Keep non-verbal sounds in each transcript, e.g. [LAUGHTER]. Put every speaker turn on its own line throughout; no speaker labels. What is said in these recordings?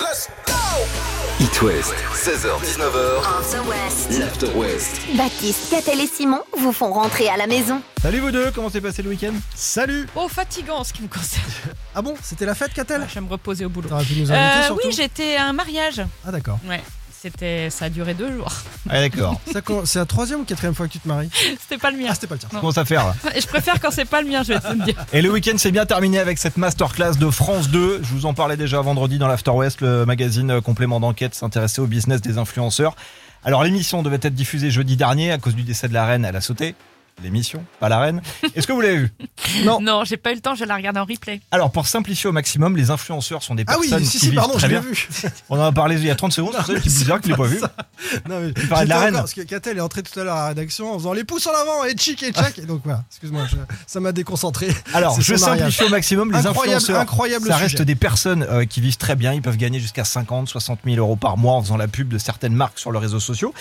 Let's go
It West, 16h-19h,
After West.
l'After West.
Baptiste, Catel et Simon vous font rentrer à la maison.
Salut vous deux, comment s'est passé le week-end
Salut
Oh, fatigant en ce qui me concerne.
Ah bon, c'était la fête, Catel
Ah, je vais me reposer au boulot.
T'aurais pu nous inviter
Euh,
surtout
oui, j'étais à un mariage.
Ah d'accord.
Ouais. C'était, ça a duré deux jours. [LAUGHS]
Ah [LAUGHS] d'accord.
Ça, quand- C'est la troisième ou quatrième fois que tu te maries
C'était pas le mien.
Ah c'était pas le tien.
Non.
Comment ça faire là
Et je préfère quand c'est pas le mien, je vais te le
[LAUGHS]
dire.
Et le week-end s'est bien terminé avec cette masterclass de France 2. Je vous en parlais déjà vendredi dans l'After West, le magazine euh, complément d'enquête s'intéressait au business des influenceurs. Alors l'émission devait être diffusée jeudi dernier à cause du décès de la reine, elle a sauté. L'émission, pas la reine. Est-ce que vous l'avez vu Non.
Non, j'ai pas eu le temps, je la regarde en replay.
Alors pour simplifier au maximum, les influenceurs sont des
Ah oui,
personnes
si,
qui
si,
vivent
pardon, je
très
l'ai
bien.
vu.
On en a parlé il y a 30 secondes, c'est
mais
bizarre qu'il l'ait pas vu.
[LAUGHS] Non, mais
Tu parlais de la
j'étais
reine.
encore- Parce que Catel est entré tout à l'heure à la rédaction en faisant les pouces en avant et chic et tchac. Et donc voilà, excuse-moi, je- ça m'a déconcentré.
Ah. [LAUGHS] Alors,
C'est
je
son mariage.
simplifie au maximum les
Incroyable-
influenceurs.
incroyable
ça
sujet.
reste des personnes euh, qui vivent très bien. Ils peuvent gagner jusqu'à 50, 60 000 euros par mois en faisant la pub de certaines marques sur leurs réseaux sociaux.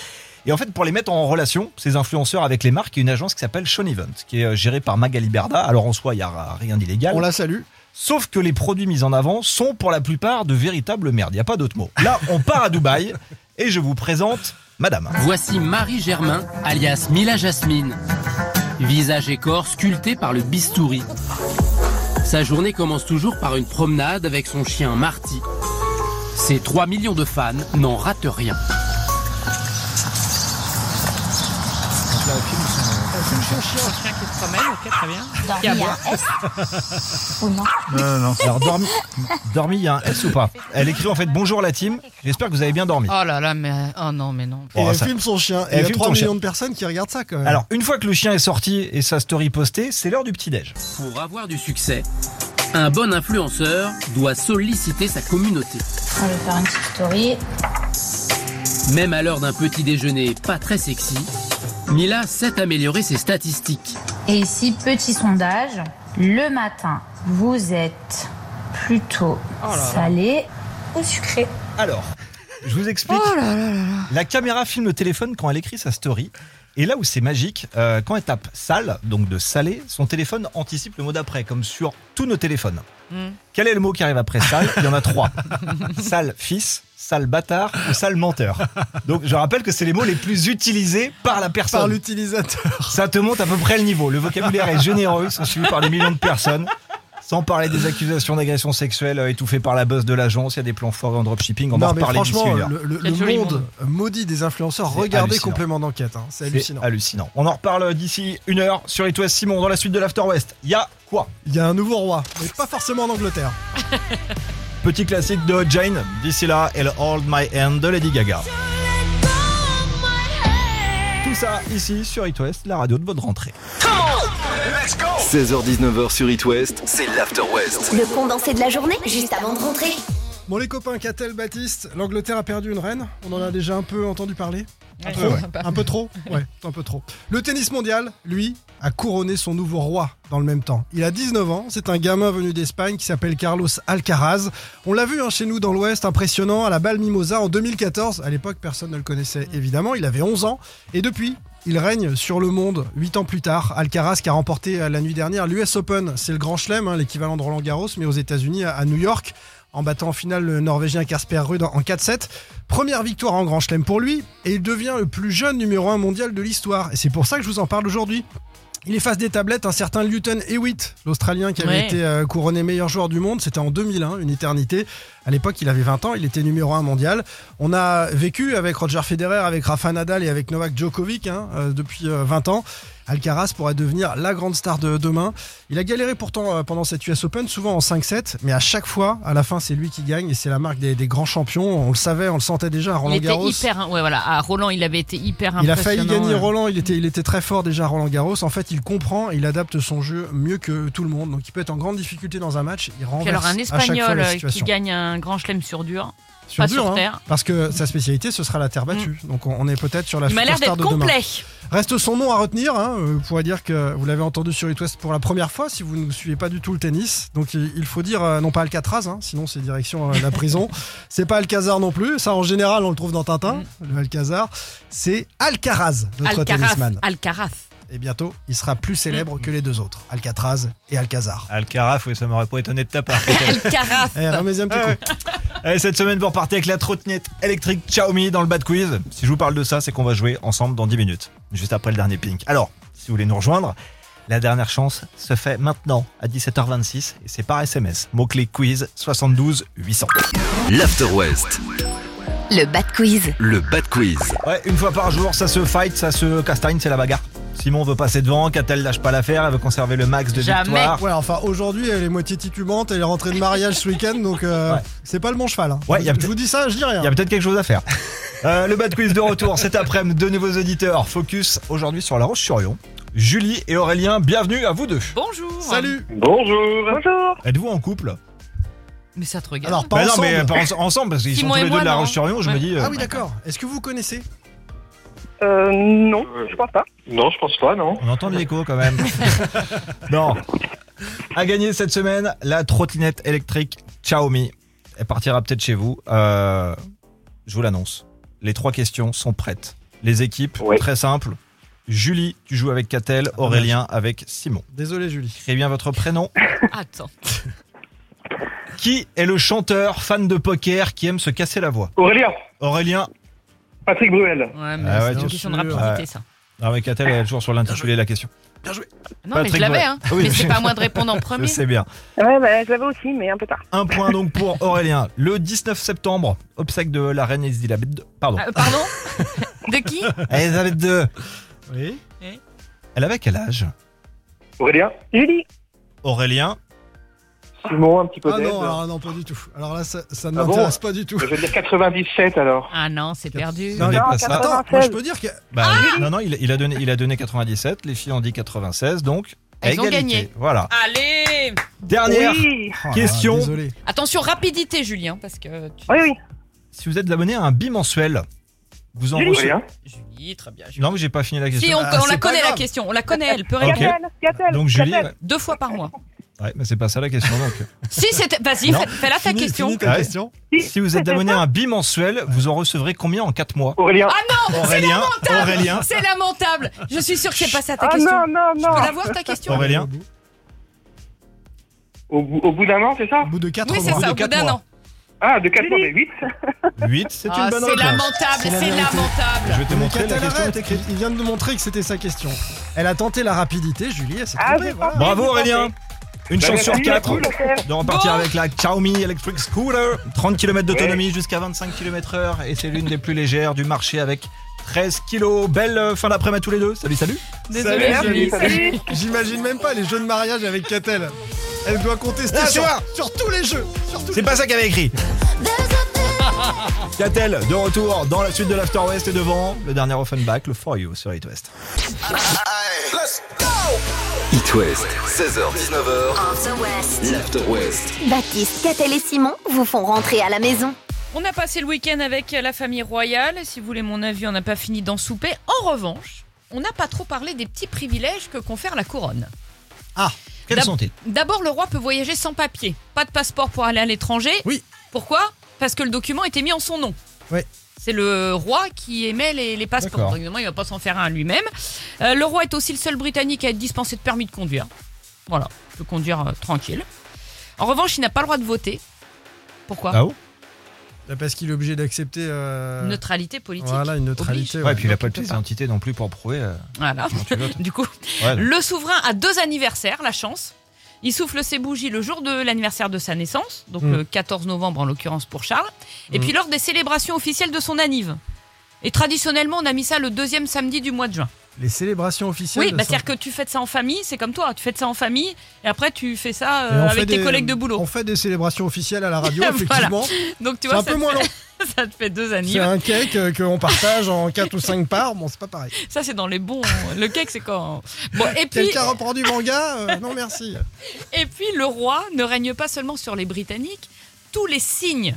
Et en fait, pour les mettre en relation, ces influenceurs avec les marques, il y a une agence qui s'appelle Sean Event, qui est euh, gérée par Magali Berda. Alors en soi, il n'y a rien d'illégal.
On la salue.
Sauf que les produits mis en avant sont pour la plupart de véritables merdes. Il n'y a pas d'autre mot. Là, on part à Dubaï et je vous présente Madame.
Voici Marie Germain, alias Mila Jasmine. Visage et corps sculptés par le bistouri. Sa journée commence toujours par une promenade avec son chien Marty. Ses 3 millions de fans n'en ratent rien.
Un chien qui se promène, ok, très bien. Qui aboie.
Alors, dormi, dormi, il y a un S ou pas Elle écrit en fait Bonjour la team, j'espère que vous avez bien dormi.
Oh là là, mais. Oh non, mais non.
Et
Oh,
elle
ça-
filme son chien.
Elle
Et il y a
filme
3
ton
millions
chien.
de personnes qui regardent ça quand même.
Alors, une fois que le chien est sorti et sa story postée, c'est l'heure du petit-déj.
Pour avoir du succès, un bon influenceur doit solliciter sa communauté.
On va faire une petite story.
Même à l'heure d'un petit déjeuner pas très sexy, Mila sait améliorer ses statistiques.
Et ici, petit sondage. Le matin, vous êtes plutôt salé ou sucré
Alors, je vous explique. La caméra filme le téléphone quand elle écrit sa story. Et là où c'est magique, euh, quand elle tape sale, donc de salé, son téléphone anticipe le mot d'après, comme sur tous nos téléphones.
Mm.
Quel est le mot qui arrive après sale Il y en a trois. sale fils, sale bâtard ou sale menteur. Donc je rappelle que c'est les mots les plus utilisés par la personne.
par l'utilisateur.
Ça te monte à peu près le niveau. Le vocabulaire est généreux, sont suivis par des millions de personnes. Sans parler des accusations d'agression sexuelle euh, étouffées par la buzz de l'agence, il y a des plans foirés en dropshipping, on va en
non, mais
reparler d'ici
franchement,
une
le,
heure.
le-
Quel
le
joli
monde,
monde.
maudit des influenceurs,
C'est
regardez
hallucinant.
complément d'enquête. hein. C'est
C'est
hallucinant.
hallucinant. On en reparle d'ici une heure sur It West Simon dans la suite de l'After West. Il y a quoi
Il y a un nouveau roi, mais pas forcément en Angleterre.
Petit classique de Jane, d'ici là, elle Hold My Hand de Lady Gaga. Tout ça ici sur It West, la radio de votre rentrée.
16h-19h sur It West, c'est l'After West.
Le condensé de la journée, juste avant de rentrer.
Bon, les copains, Catel, Baptiste, l'Angleterre a perdu une reine. On en a déjà un peu entendu parler.
Ouais.
Trop
Ah bah.
Un peu trop Ouais, un peu trop. Le tennis mondial, lui, a couronné son nouveau roi dans le même temps. Il a 19 ans, c'est un gamin venu d'Espagne qui s'appelle Carlos Alcaraz. On l'a vu hein, chez nous dans l'Ouest, impressionnant, à la balle Mimosa en 2014. À l'époque, personne ne le connaissait évidemment, il avait 11 ans. Et depuis, il règne sur le monde 8 ans plus tard. Alcaraz qui a remporté euh, la nuit dernière l'US Open, c'est le grand chelem, hein, l'équivalent de Roland Garros, mais aux États-Unis, à- à New York en battant en finale le Norvégien Casper Ruud en 4-7. Première victoire en Grand Chelem pour lui, et il devient le plus jeune numéro 1 mondial de l'histoire. Et c'est pour ça que je vous en parle aujourd'hui. Il efface des tablettes un certain Newton Hewitt, l'Australien qui avait
Ouais.
été euh, couronné meilleur joueur du monde. C'était en 2001, une éternité. À l'époque, il avait 20 ans, il était numéro 1 mondial. On a vécu avec Roger Federer, avec Rafa Nadal et avec Novak Djokovic hein, euh, depuis euh, 20 ans. Alcaraz pourrait devenir la grande star de demain. Il a galéré pourtant euh, pendant cette US Open, souvent en 5-7, mais à chaque fois, à la fin, c'est lui qui gagne et c'est la marque des, des grands champions. On le savait, on le sentait déjà à
Il
Roland
était
Garros.
hyper. Ouais, voilà. À Roland, il avait été hyper
Il
impressionnant.
a
euh.
failli gagner Roland, il était, il était très fort déjà à Roland Garros. En fait, il comprend et il adapte son jeu mieux que tout le monde. Donc, il peut être en grande difficulté dans un match. Il renverse
Puis alors, un
à chaque fois
Espagnol
la
euh, qui
situation.
gagne un grand chelem sur dur.
sur
pas
dur,
sur
hein,
terre. Mm.
parce que sa spécialité, ce sera la terre battue. Donc, on on est peut-être sur la
Il m'a l'air
superstar
d'être
de demain.
complet.
Reste son nom à retenir. Hein. euh, Vous pourrez dire que vous l'avez entendu sur It West pour la première fois si vous ne suivez pas du tout le tennis. Donc il il faut dire euh, non pas Alcatraz, hein, sinon c'est direction euh, la
[LAUGHS]
prison. c'est pas Alcazar non plus. Ça en général on le trouve dans Tintin, le Alcazar. C'est Alcaraz, notre
Mm. Alcaraz. Mm.
tennisman.
Alcaraz.
Et bientôt il sera plus célèbre que les deux autres, Alcatraz et Alcazar.
Alcaraz, oui, ça m'aurait pas étonné de ta part.
Alcaraz.
Eh, remets-y un petit coup.
Allez, cette semaine, vous repartez avec la trottinette électrique Xiaomi dans le bad quiz. Si je vous parle de ça, c'est qu'on va jouer ensemble dans 10 minutes, juste après le dernier pink. Alors, si vous voulez nous rejoindre, la dernière chance se fait maintenant à 17h26 et c'est par SMS. Mot-clé quiz 72 800.
L'After West,
Le Bat Quiz.
le Bad Quiz.
Ouais, une fois par jour, ça se fight, ça se castagne, c'est la bagarre. Simon veut passer devant, Catel lâche pas l'affaire, elle veut conserver le max de
Jamais.
victoire.
Ouais, enfin aujourd'hui elle est moitié titubante, elle est rentrée de mariage ce week-end donc euh,
Ouais.
c'est pas le bon cheval. hein.
Ouais, y a
je vous dis ça, je dis rien.
Il y a peut-être quelque chose à faire. [LAUGHS] Euh, le bad quiz de retour cet après-midi. Deux nouveaux auditeurs. Focus aujourd'hui sur la Roche-sur-Yon. Julie et Aurélien, bienvenue à vous deux.
Bonjour.
Salut
Bonjour. Bonjour.
Êtes-vous en couple
Mais ça te regarde.
Alors pas
Bah Non,
ensemble.
mais pas ense- ensemble, parce qu'ils sont
Simon
tous
et
les deux
moi,
de la
non.
Roche-sur-Yon. Je
Ouais.
me dis. euh,
Ah oui d'accord. Est-ce que vous connaissez
Euh, non, je pense pas. Non, je pense pas, non.
On entend de l'écho quand
[LAUGHS]
même. non. À gagner cette semaine, la trottinette électrique Xiaomi. Elle partira peut-être chez vous. Euh, je vous l'annonce. Les trois questions sont prêtes. Les équipes,
Ouais.
très simples. Julie, tu joues avec Catel,
Ah,
Aurélien avec Simon.
Désolé Julie.
Écrivez bien votre prénom.
Attends.
Qui est le chanteur fan de poker qui aime se casser la voix
Aurélien,
Aurélien.
Patrick Bruel.
Ouais, mais
Ah ouais,
c'est
bien
une question de
sûr.
rapidité,
Ouais.
ça.
Ah mais Catel elle est toujours sur l'intitulé de la question.
Non,
Patrick
mais je l'avais,
Bruel.
hein.
Oui, [LAUGHS]
mais
je-
c'est pas à moi de répondre en premier.
C'est bien.
Ouais, bah, je l'avais aussi, mais un peu tard.
Un point donc pour Aurélien. Le 19 septembre, obsèque de la reine Elisabeth II. Pardon.
Ah, euh, pardon De qui
Elisabeth II.
Oui.
Elle avait quel âge
Aurélien.
Julie,
Aurélien.
Simon, un petit peu
Ah
d'aide. hein.
non, alors, non pas du tout. Alors là ça, ça ne
Ah bon
m'intéresse pas du tout.
Je vais dire 97 alors.
Ah non, c'est perdu.
Non,
Non,
mais pas ça.
Attends,
96.
moi je peux dire que oh
Bah,
Ah
non, non, il, il a donné, il a donné 97, les filles ont dit 96, donc. à
Elles ont
égalité.
gagné.
Voilà.
Allez
Dernière
oui,
question.
Ah, désolé.
Attention, rapidité, Julien, parce que tu...
oui, oui.
si vous êtes abonné à un bimensuel, vous en recevez.
Aurélien.
Julie, très bien. Julie.
Non, mais j'ai pas fini la question.
Si, on,
Ah,
on
c'est
la
pas
connaît la
grave.
question, on la connaît, elle peut
Ok.
répondre
Gatel, Gatel,
Donc Julie,
Gatel.
ouais,
deux fois par mois.
Ouais, mais c'est pas ça la question donc.
[LAUGHS] si, c'était. Vas-y,
Non.
fais- fais-la ta
Fini-
question. Oh,
fini
Ah
ta
Ouais.
question.
Si vous êtes abonné à un bimensuel, vous en recevrez combien en 4 mois
Aurélien.
Ah non
Aurélien, Aurélien,
C'est lamentable Je suis sûre que c'est pas ça ta
Ah
question.
non, non,
Je
non.
peux la voir ta question
Aurélien,
Au, bout- au bout d'un an, c'est ça
Au bout de 4
Oui, c'est
mois.
ça,
de
au bout
quatre
d'un
mois.
an.
Ah, de 4 mois, mais 8.
8, c'est
Ah,
une bonne
c'est
réponse.
lamentable,
C'est la
c'est
vérité.
Je
lamentable.
vais te montrer la
Catel,
question
arrête.
est écrite.
Il vient de nous montrer que c'était sa question. Elle a tenté la rapidité, Julie, elle s'est
Ah,
trompée,
j'ai
voilà.
pas-
Bravo Aurélien Une
Bah,
chance sur
merci,
4
cool.
de repartir
Bon.
avec la Xiaomi Electric Scooter. 30 km d'autonomie jusqu'à 25 km h et c'est l'une des plus légères du marché avec 13 kilos. Belle euh, fin d'après-midi à tous les deux. Salut, salut
Désolée,
Salut,
Julie.
salut, salut.
J'imagine même pas les jeux de mariage avec Catel. Elle doit contester
Ah, tu
sur,
vois.
sur tous les jeux. Sur tous
C'est pas ça qu'elle avait [LAUGHS] écrit Catel, de retour dans la suite de l'After West et devant le dernier Offenbach, le For You sur It West.
It West, 16h-19h,
the West.
l'After West.
Baptiste, Catel et Simon vous font rentrer à la maison.
On a passé le week-end avec la famille royale. Si vous voulez mon avis, on n'a pas fini d'en souper. En revanche, on n'a pas trop parlé des petits privilèges que confère la couronne.
Quels
D'ab-
sont-ils
D'abord, le roi peut voyager sans papier. Pas de passeport pour aller à l'étranger.
Oui.
Pourquoi Parce que le document était mis en son nom.
Oui.
C'est le roi qui émet les, les passeports.
D'accord.
Donc, évidemment, il va pas s'en faire un lui-même. Euh, le roi est aussi le seul Britannique à être dispensé de permis de conduire. Voilà, il peut conduire euh, tranquille. En revanche, il n'a pas le droit de voter. Pourquoi
Ah bon
Bah, Parce qu'il est obligé d'accepter. euh,
Neutralité politique.
Voilà, une neutralité.
Ouais, puis il a
donc
pas
il
de
peut
pièce
pas.
d'identité non plus pour prouver. euh,
Voilà.
comment tu votes.
Du coup,
Ouais, donc,
le souverain a deux anniversaires, la chance. Il souffle ses bougies le jour de l'anniversaire de sa naissance, donc
Mm.
le 14 novembre en l'occurrence pour Charles, et
Mm.
puis lors des célébrations officielles de son anniv. Et traditionnellement, on a mis ça le deuxième samedi du mois de juin.
Les célébrations officielles.
Oui, bah,
ça-
c'est-à-dire que tu fêtes ça en famille, c'est comme toi, tu fêtes ça en famille, et après tu fais ça euh,
Et on fait
avec tes
des-
collègues de boulot.
On fait des célébrations officielles à la
[LAUGHS]
radio,
Voilà.
effectivement.
Donc tu
C'est
vois,
un
ça
peu
te
moins long.
fait- [LAUGHS] ça te fait deux
C'est
anniversaires.
un cake euh, qu'on partage en 4 ou 5 parts. Bon, c'est pas pareil.
Ça, c'est dans les bons. euh, Le cake, c'est quand. Bon, et puis.
Quelqu'un reprend du manga Euh, Non, merci.
Et puis le roi ne règne pas seulement sur les Britanniques, tous les signes,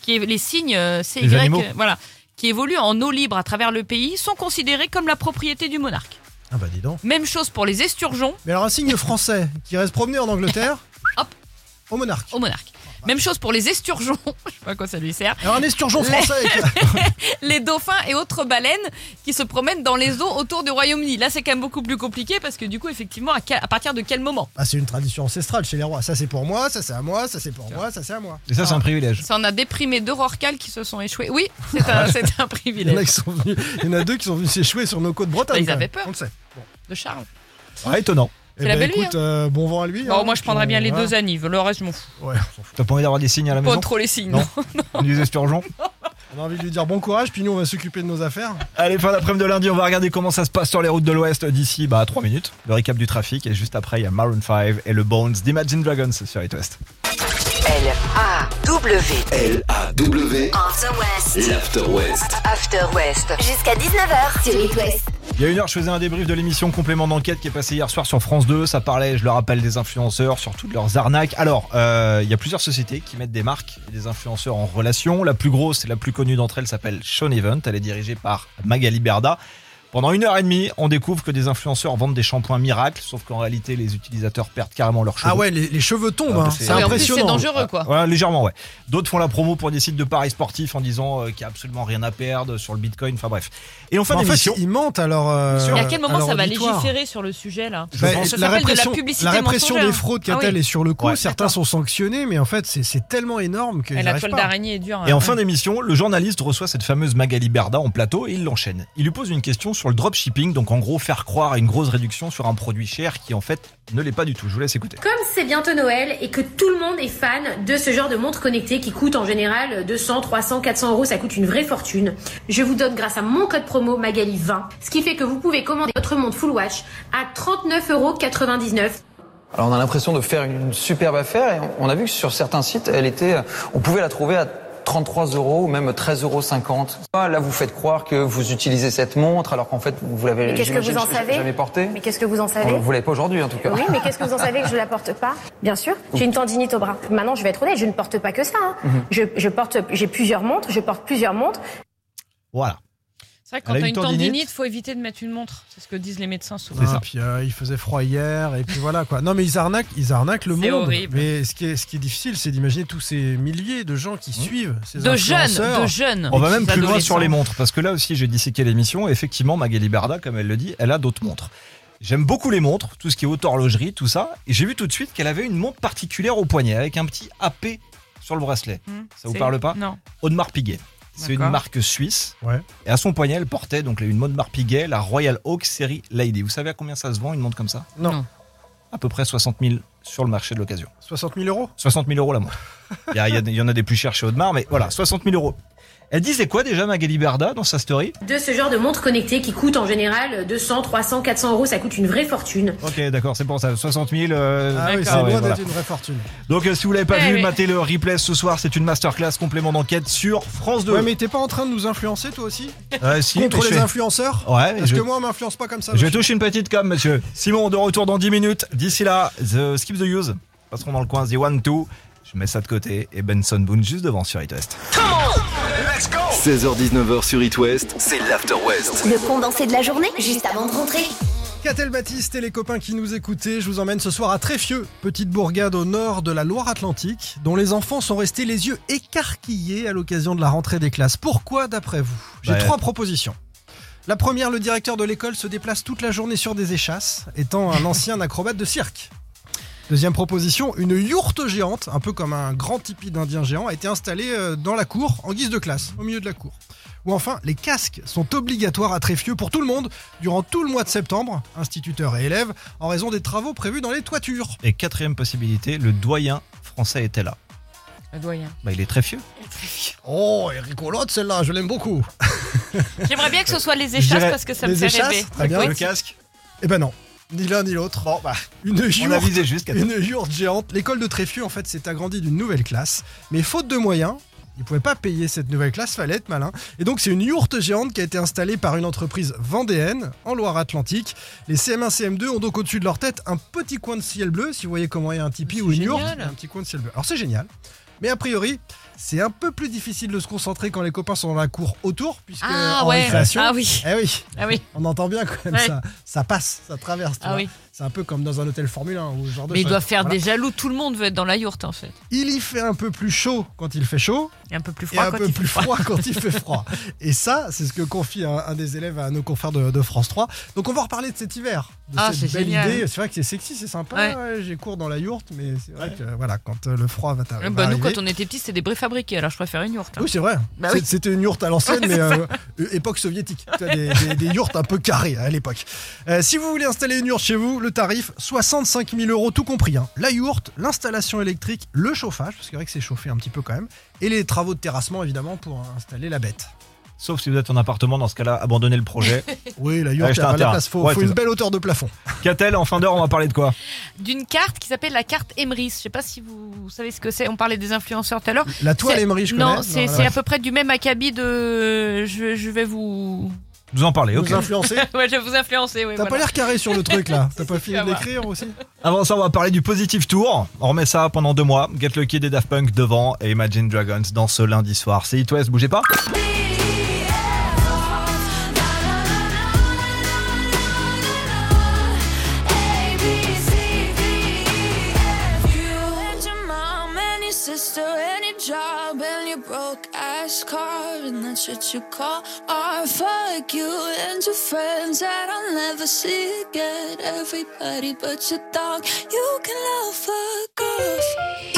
qui est- les signes euh, CY,
Les animaux.
euh, voilà, qui évoluent en eau libre à travers le pays, sont considérés comme la propriété du monarque.
Ah bah dis donc.
Même chose pour les esturgeons
Mais alors, un signe français qui reste promené en Angleterre.
[LAUGHS] Hop.
Au monarque.
au monarque. Même chose pour les esturgeons, [LAUGHS] je sais pas à quoi ça lui sert.
Alors, un esturgeon français avec-
Les dauphins et autres baleines qui se promènent dans les eaux autour du Royaume-Uni. Là, c'est quand même beaucoup plus compliqué parce que du coup, effectivement, à, quel- à partir de quel moment
[LAUGHS] Ah, c'est une tradition ancestrale chez les rois. Ça, c'est pour moi, ça, c'est à moi, ça, c'est pour moi, ça, c'est à moi. Ah.
Et ça, c'est un privilège.
Ça en a déprimé deux rorcales qui se sont échoués. Oui, c'est un, c'est un
Ah, Il y, en a
privilège
qui sont venus- il y en a deux qui sont venus s'échouer sur nos côtes bretonnes.
Bah, ils
quand même.
avaient peur.
On le sait.
de Charles.
Ouais, étonnant.
Eh
C'est la
ben,
belle vie, hein.
écoute, euh, bon vent à lui.
Bon,
hein,
moi, je
puis
prendrais
on-
bien les
voilà.
deux anives. Le reste, je m'en fous.
Ouais, on s'en fout.
T'as pas envie d'avoir des signes à la
Pas
maison
trop les signes.
Ah, Non. Des esturgeons
On a envie de lui dire bon courage, puis nous, on va s'occuper de nos affaires.
Allez, fin d'après-midi de lundi, on va regarder comment ça se passe sur les routes de l'Ouest d'ici bah, 3 minutes. Le récap du trafic et juste après, il y a Maroon 5 et le Bones d'Imagine Dragons sur It West.
L-A-W.
L-A-W,
On the West.
l'After West.
After West.
Jusqu'à 19h sur It West.
Il y a une heure, je faisais un débrief de l'émission Complément d'enquête qui est passée hier soir sur France 2. Ça parlait, je le rappelle, des influenceurs, sur toutes leurs arnaques. Alors, euh, il y a plusieurs sociétés qui mettent des marques et des influenceurs en relation. La plus grosse et la plus connue d'entre elles s'appelle Sean Event. Elle est dirigée par Magali Berda. Pendant une heure et demie, on découvre que des influenceurs vendent des shampoings miracles, sauf qu'en réalité, les utilisateurs perdent carrément leurs cheveux.
Ah ouais, les, les cheveux tombent.
Ah,
hein.
c'est-
C'est
Oui,
en plus, c'est
impressionnant.
dangereux, quoi.
Voilà, légèrement, ouais. D'autres font la promo pour des sites de paris sportifs en disant euh, qu'il n'y a absolument rien à perdre sur le bitcoin, enfin bref. Et en fin
Mais en fait,
d'émission.
ils mentent alors. euh,
Bien sûr.
Et à quel moment
alors,
ça va
auditoire.
légiférer sur le sujet là
Bah,
pense.
Ça s'appelle
la
de la
répression,
publicité
la répression
mensongère.
des fraudes
Ah oui.
qu'a-t-elle est sur le coup.
Ouais.
Certains sont sanctionnés, mais en fait, c'est- c'est tellement énorme que.
Et La toile d'araignée est dure.
Et
hein.
en fin d'émission, le journaliste reçoit cette fameuse Magali Berda en plateau et il l'enchaîne. Il lui pose une question sur le dropshipping, donc en gros faire croire à une grosse réduction sur un produit cher qui en fait ne l'est pas du tout. Je vous laisse écouter.
Comme c'est bientôt Noël et que tout le monde est fan de ce genre de montre connectée qui coûte en général 200, 300, 400 euros, ça coûte une vraie fortune, je vous donne grâce à mon code promo Magali20, ce qui fait que vous pouvez commander votre montre Full Watch à 39,99 euros.
Alors on a l'impression de faire une superbe affaire et on a vu que sur certains sites, elle était, on pouvait la trouver à 33 euros ou même 13,50 euros. Là, vous faites croire que vous utilisez cette montre alors qu'en fait, vous l'avez
Mais qu'est-ce que
j'imagine,
vous en
j-
savez
jamais portée.
Mais qu'est-ce que vous en savez
Vous vous l'avez pas aujourd'hui en tout cas.
Oui, mais qu'est-ce que vous en savez que je la porte pas Bien sûr, j'ai une tendinite au bras. Maintenant, je vais être honnête, je ne porte pas que ça. hein. je, je porte, j'ai plusieurs montres, je porte plusieurs montres.
Voilà.
C'est vrai que quand
Elle a
t'as
une
une
tendinite,
tendinite, faut éviter de mettre une montre. C'est ce que disent les médecins souvent.
C'est ça.
Et puis euh, il faisait froid hier, et puis voilà quoi. Non mais ils arnaquent, ils arnaquent le
C'est
monde.
horrible.
Mais ce qui est, ce qui est difficile, c'est d'imaginer tous ces milliers de gens qui suivent ces
De jeunes,
influenceurs.
de jeunes.
On va même
Des
plus loin sur les
adolescents.
montres, parce que là aussi j'ai disséqué l'émission. Effectivement, Magali Berda, comme elle le dit, elle a d'autres montres. J'aime beaucoup les montres, tout ce qui est haute horlogerie, tout ça. Et j'ai vu tout de suite qu'elle avait une montre particulière au poignet, avec un petit AP sur le bracelet.
Hmm,
Ça vous
c'est-
parle pas
Non.
Audemars Piguet. C'est une
D'accord.
marque suisse.
Ouais.
Et à son poignet, elle portait donc une montre Marpiguet, la Royal Oak série Lady. Vous savez à combien ça se vend une montre comme ça
Non.
Non.
À peu près 60 000 sur le marché de l'occasion.
60 000 euros.
60 000 euros la montre. Il y, a- il y a- il y en a des plus chers chez Audemars, mais voilà, 60 000 euros. Elle disait quoi déjà Magali Berda dans sa story
De ce genre de montre connectée qui coûte en général 200, 300, 400 euros, ça coûte une vraie fortune.
Ok, d'accord, c'est pour ça. 60 000. euh,
Ah oui, c'est
ah ouais,
loin
voilà.
d'être une vraie fortune.
Donc euh, si vous l'avez pas
Ouais,
vu,
ouais.
matez le replay ce soir. C'est une masterclass complément d'enquête sur France 2.
Ouais, mais t'es pas en train de nous influencer toi aussi
Euh, si, mais
Contre
je
les
fais-
influenceurs
Ouais, mais
Parce
je-
que moi, on m'influence pas comme ça.
Je
monsieur.
touche une petite com, monsieur. Simon, de retour dans 10 minutes. D'ici là, the, skip the use. Passerons dans le coin, the one, two. Je mets ça de côté et Benson Boone juste devant sur It West.
16h-19h sur It West, c'est l'After West.
Le condensé de la journée, juste avant de rentrer.
Catel Baptiste et les copains qui nous écoutaient, je vous emmène ce soir à Tréfieux, petite bourgade au nord de la Loire-Atlantique, dont les enfants sont restés les yeux écarquillés à l'occasion de la rentrée des classes. Pourquoi d'après vous J'ai
Bah,
trois propositions. La première, le directeur de l'école se déplace toute la journée sur des échasses, étant un ancien [LAUGHS] acrobate de cirque. Deuxième proposition, une yourte géante, un peu comme un grand tipi d'Indien géant, a été installée euh, dans la cour, en guise de classe, au milieu de la cour. Ou enfin, les casques sont obligatoires à Tréfieux pour tout le monde durant tout le mois de septembre, instituteurs et élèves, en raison des travaux prévus dans les toitures.
Et quatrième possibilité, le doyen français était là.
Le doyen.
Bah, il est très fieux.
Oh, elle est rigolote celle-là, je l'aime beaucoup.
[LAUGHS] J'aimerais bien que ce soit les
Je dirais
échasses parce que ça me
les
fait
échasses,
rêver.
très bien.
Oui.
Le
casque
Eh ben non, ni l'un ni l'autre. Bon, bah, une
On a
yourte
visé juste Catel.
une yourte géante. L'école de Tréfieux, en fait, s'est agrandie d'une nouvelle classe, mais faute de moyens. Ils ne pouvaient pas payer cette nouvelle classe, fallait être malin. Et donc, c'est une yourte géante qui a été installée par une entreprise vendéenne en Loire-Atlantique. Les CM1, CM2 ont donc au-dessus de leur tête un petit coin de ciel bleu. Si vous voyez comment il y a un tipi
C'est
ou une
génial.
yourte, il y a un petit coin de ciel bleu. Alors, c'est génial. Mais a priori, c'est un peu plus difficile de se concentrer quand les copains sont dans la cour autour, puisque
Ah
en
ouais.
récréation.
Ah oui.
Eh oui,
Ah oui.
on entend bien quand même
Ouais.
ça. Ça passe, ça traverse. tu
Ah
vois.
oui.
C'est un peu comme dans un hôtel Formule 1 ou ce genre de
Mais ils
choses.
doivent faire
Voilà.
des jaloux. Tout le monde veut être dans la yourte en fait.
Il y fait un peu plus chaud quand il fait chaud.
Et un peu plus
Et
froid
un
quand
peu
il
plus
fait froid.
froid quand il fait froid. Et ça, c'est ce que confie un, un des élèves à nos confrères de, de France 3. Donc on va reparler de cet hiver, de
Ah,
cette
c'est
belle
génial.
idée. C'est vrai que c'est sexy, c'est sympa.
Ouais.
Ouais, J'ai cours dans la yourte, mais c'est vrai que voilà, quand euh, le froid va t'arriver.
Ouais, bah, nous, quand on était petits, c'était des préfabriqués, alors je préfère une yourte. hein.
Ah Oui, c'est vrai.
Bah
C'est-
oui.
C'était une yourte à l'ancienne,
Ouais,
mais
c'est
euh, euh, époque soviétique. Tu vois, Des, des, des yourtes un peu carrées hein, à l'époque. Euh, si vous voulez installer une yourte chez vous, le tarif 65 000 euros, tout compris. hein. La yourte, l'installation électrique, le chauffage, parce que c'est vrai que c'est chauffé un petit peu quand même, et les travaux de terrassement évidemment pour installer
[LAUGHS]
la bête.
Sauf si vous êtes en appartement, dans ce cas-là, abandonnez le
[LAUGHS]
projet.
Oui, la yourte,
Achetez
elle a
un
pas la
terrain.
place. Faut,
Ouais,
faut
c'est
une
ça.
belle hauteur de plafond.
Catel, en fin d'heure, on va parler de quoi
D'une carte qui s'appelle la carte Emrys. Je sais pas si vous savez ce que c'est. On parlait des influenceurs tout à l'heure.
La toile
C'est-
Emrys, je connais.
Non,
Non,
c'est
la-
c'est à peu près du même acabit de. Je, je vais vous. [LAUGHS]
Nous en parler, ok.
Vous influencer. T'as
ouais, je vais vous influencer. Ouais,
pas
voilà.
l'air carré sur le truc là.
[LAUGHS]
T'as pas fini
ça
de
va.
l'écrire aussi
Avant ça, on va parler du Positive Tour. On remet ça pendant deux mois. Get Lucky des Daft Punk devant et Imagine Dragons dans ce lundi soir. C'est It West, bougez pas.
Sister, any job and your broke ass car, and that's what you call art. Fuck you and your friends that I'll never see again. Everybody but your dog, you can love fuck off.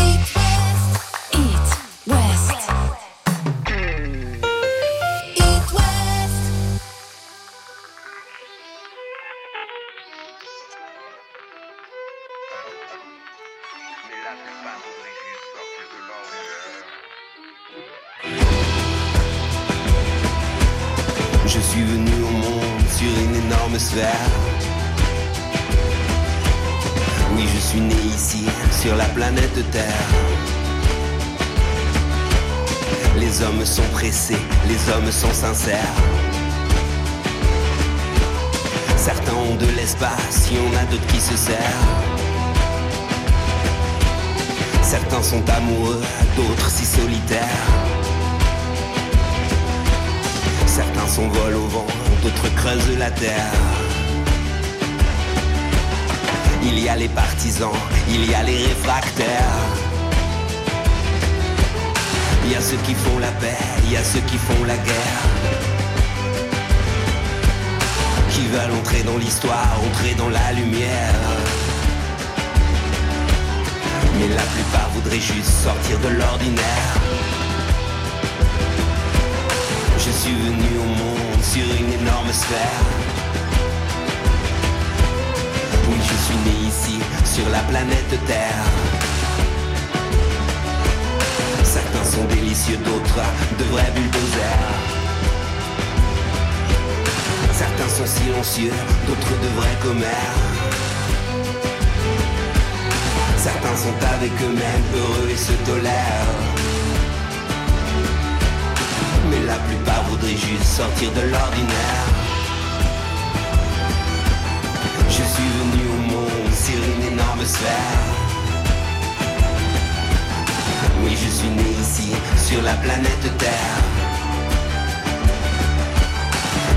Eat west, eat west, eat west.
Je suis venu au monde sur une énorme sphère. Oui, je suis né ici, sur la planète Terre. Les hommes sont pressés, les hommes sont sincères. Certains ont de l'espace, il y en a d'autres qui se servent. Certains sont amoureux, d'autres si solitaires. Certains s'envolent au vent, d'autres creusent la terre. Il y a les partisans, il y a les réfractaires. Il y a ceux qui font la paix, il y a ceux qui font la guerre. Qui veulent entrer dans l'histoire, entrer dans la lumière. Mais la plupart voudraient juste sortir de l'ordinaire. Je suis venu au monde sur une énorme sphère. Oui, je suis né ici, sur la planète Terre. Certains sont délicieux, d'autres de vrais bulldozers. Certains sont silencieux, d'autres de vrais commères. Certains sont avec eux-mêmes, heureux et se tolèrent. Mais la plupart voudraient juste sortir de l'ordinaire Je suis venu au monde sur une énorme sphère Oui je suis né ici sur la planète Terre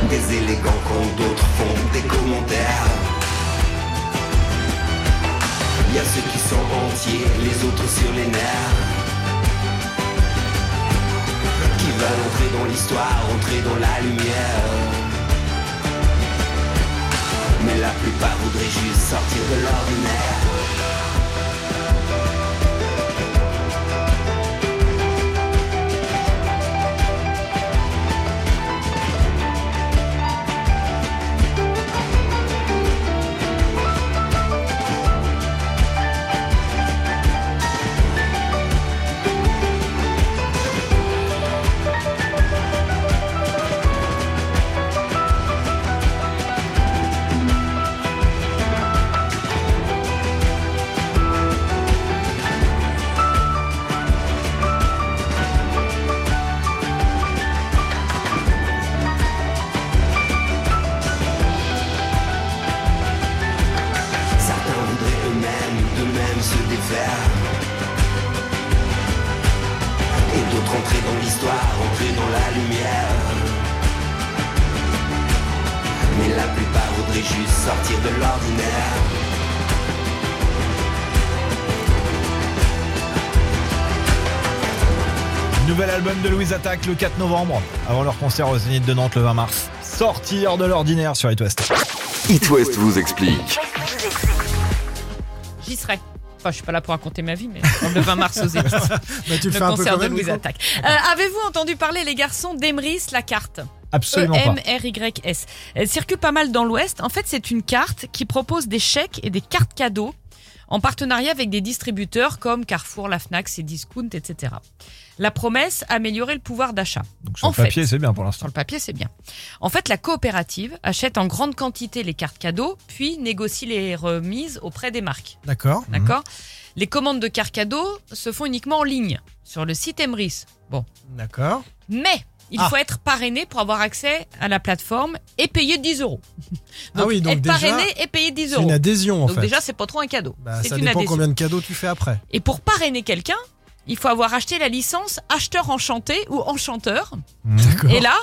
Des élégants quand d'autres font des commentaires Il y a ceux qui sont entiers, les autres sur les nerfs qui veulent entrer dans l'histoire, entrer dans la lumière. Mais la plupart voudraient juste sortir de l'ordinaire. Certains voudraient eux-mêmes d'eux-mêmes se défaire. Et d'autres entrer dans l'histoire, entrer dans la lumière. Mais la plupart voudraient juste sortir de l'ordinaire.
Nouvel album de Louise Attaque le 4 novembre, avant leur concert au Zénith de Nantes le 20 mars. Sortir de l'ordinaire sur It West.
It West vous explique.
J'y serai. Enfin, je suis pas là pour raconter ma vie, mais le 20
[LAUGHS]
mars aux Zénith.
Bah, tu
le
le fais un peu
concert
quand
de
même,
Louise
Nico
Attaque. Euh, Avez-vous entendu parler, les garçons, d'Emrys, la carte
Absolument
Euh,
pas.
E E-M-R-Y-S. Elle circule pas mal dans l'Ouest. En fait, c'est une carte qui propose des chèques et des cartes cadeaux en partenariat avec des distributeurs comme Carrefour, la Fnac, Cdiscount, etc. La promesse, améliorer le pouvoir d'achat.
Donc sur
En
le papier,
fait,
c'est bien pour l'instant.
sur le papier, c'est bien. En fait, la coopérative achète en grande quantité les cartes cadeaux, puis négocie les remises auprès des marques.
D'accord.
Mhm.
D'accord Les commandes de cartes cadeaux se font uniquement en ligne, sur le site Emrys. Bon.
D'accord.
Mais il
Ah.
faut être parrainé pour avoir accès à la plateforme et payer 10 euros.
Ah oui, donc
être
déjà,
parrainé et payer 10
c'est
euros.
une adhésion, en
donc
fait.
déjà, c'est pas trop un cadeau.
Bah,
c'est
ça
une
dépend
adhésion.
combien de cadeaux tu fais après.
Et pour parrainer quelqu'un, il faut avoir acheté la licence acheteur enchanté ou enchanteur.
D'accord.
Mmh. Et là,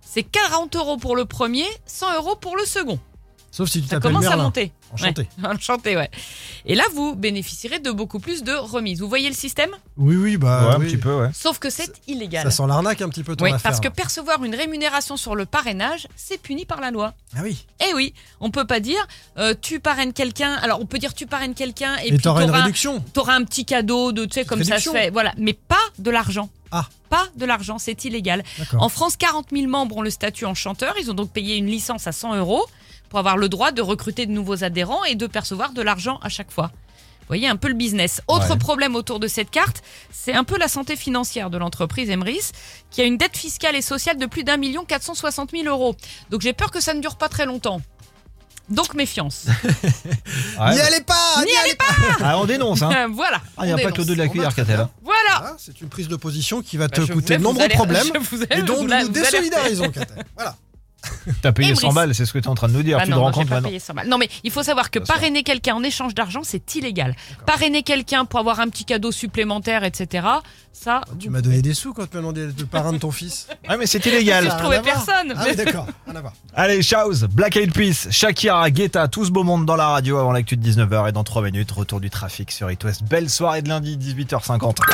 c'est 40 euros pour le premier, 100 euros pour le second.
Sauf si tu
Ça
t'appelles
commence
Merlin.
à monter.
Enchanté.
Ouais. [LAUGHS] Enchanté, ouais. Et là, vous bénéficierez de beaucoup plus de remises. Vous voyez le système
Oui, oui, bah.
Ouais, un
oui.
petit peu, ouais.
Sauf que c'est illégal.
Ça sent l'arnaque un petit peu ton
Oui,
affaire.
parce que percevoir une rémunération sur le parrainage, c'est puni par la loi.
Ah oui.
Eh oui, on peut pas dire euh, tu parraines quelqu'un. Alors on peut dire tu parraines quelqu'un et
Et
puis
t'auras une
t'auras-
réduction.
T'auras un petit cadeau de tu sais comme ça se
réduction.
fait. Voilà, mais pas de l'argent.
Ah.
Pas de l'argent, c'est illégal.
D'accord.
En France, 40 000 membres ont le statut en chanteur. Ils ont donc payé une licence à 100 euros pour avoir le droit de recruter de nouveaux adhérents et de percevoir de l'argent à chaque fois. Vous voyez un peu le business. Autre
Ouais.
problème autour de cette carte, c'est un peu la santé financière de l'entreprise Emrys, qui a une dette fiscale et sociale de plus d'un million 460 000 euros. Donc j'ai peur que ça ne dure pas très longtemps. Donc méfiance.
Ah Ouais.
N'y allez pas
N'y allez pas
Ah, on dénonce,
[LAUGHS]
hein.
Voilà.
Ah, il n'y a
on
pas
dénonce.
que deux de la cuillère, Catel. hein.
Voilà.
Ah, C'est une prise de position qui va
Bah,
te
je
coûter
voulais
de
vous
[LAUGHS]
nombreux
aler-
problèmes
je vous
et
aille-
dont
vous
nous
la-
nous
vous alerter.
désolidarisons. Katel.
T'as payé
Emrys.
100 balles, c'est ce que t'es en train de nous dire.
Ah
tu
non,
te
non,
rends
j'ai
compte
pas
maintenant.
payé 100 balles. Non, mais il faut savoir que parrainer quelqu'un en échange d'argent, c'est illégal. Parrainer quelqu'un pour avoir un petit cadeau supplémentaire, etc. Ça,
Ah, Tu m'as donné des sous quand tu m'as demandé le parrain de ton fils.
Ah, mais c'est illégal.
[LAUGHS] je trouvais personne.
Ah oui, d'accord. Rien à voir.
Allez, Shouse, Black Eyed Peas, Shakira, Guetta, tout ce beau monde dans la radio avant l'actu de 19h et dans 3 minutes, retour du trafic sur It West. Belle soirée de lundi, 18h50.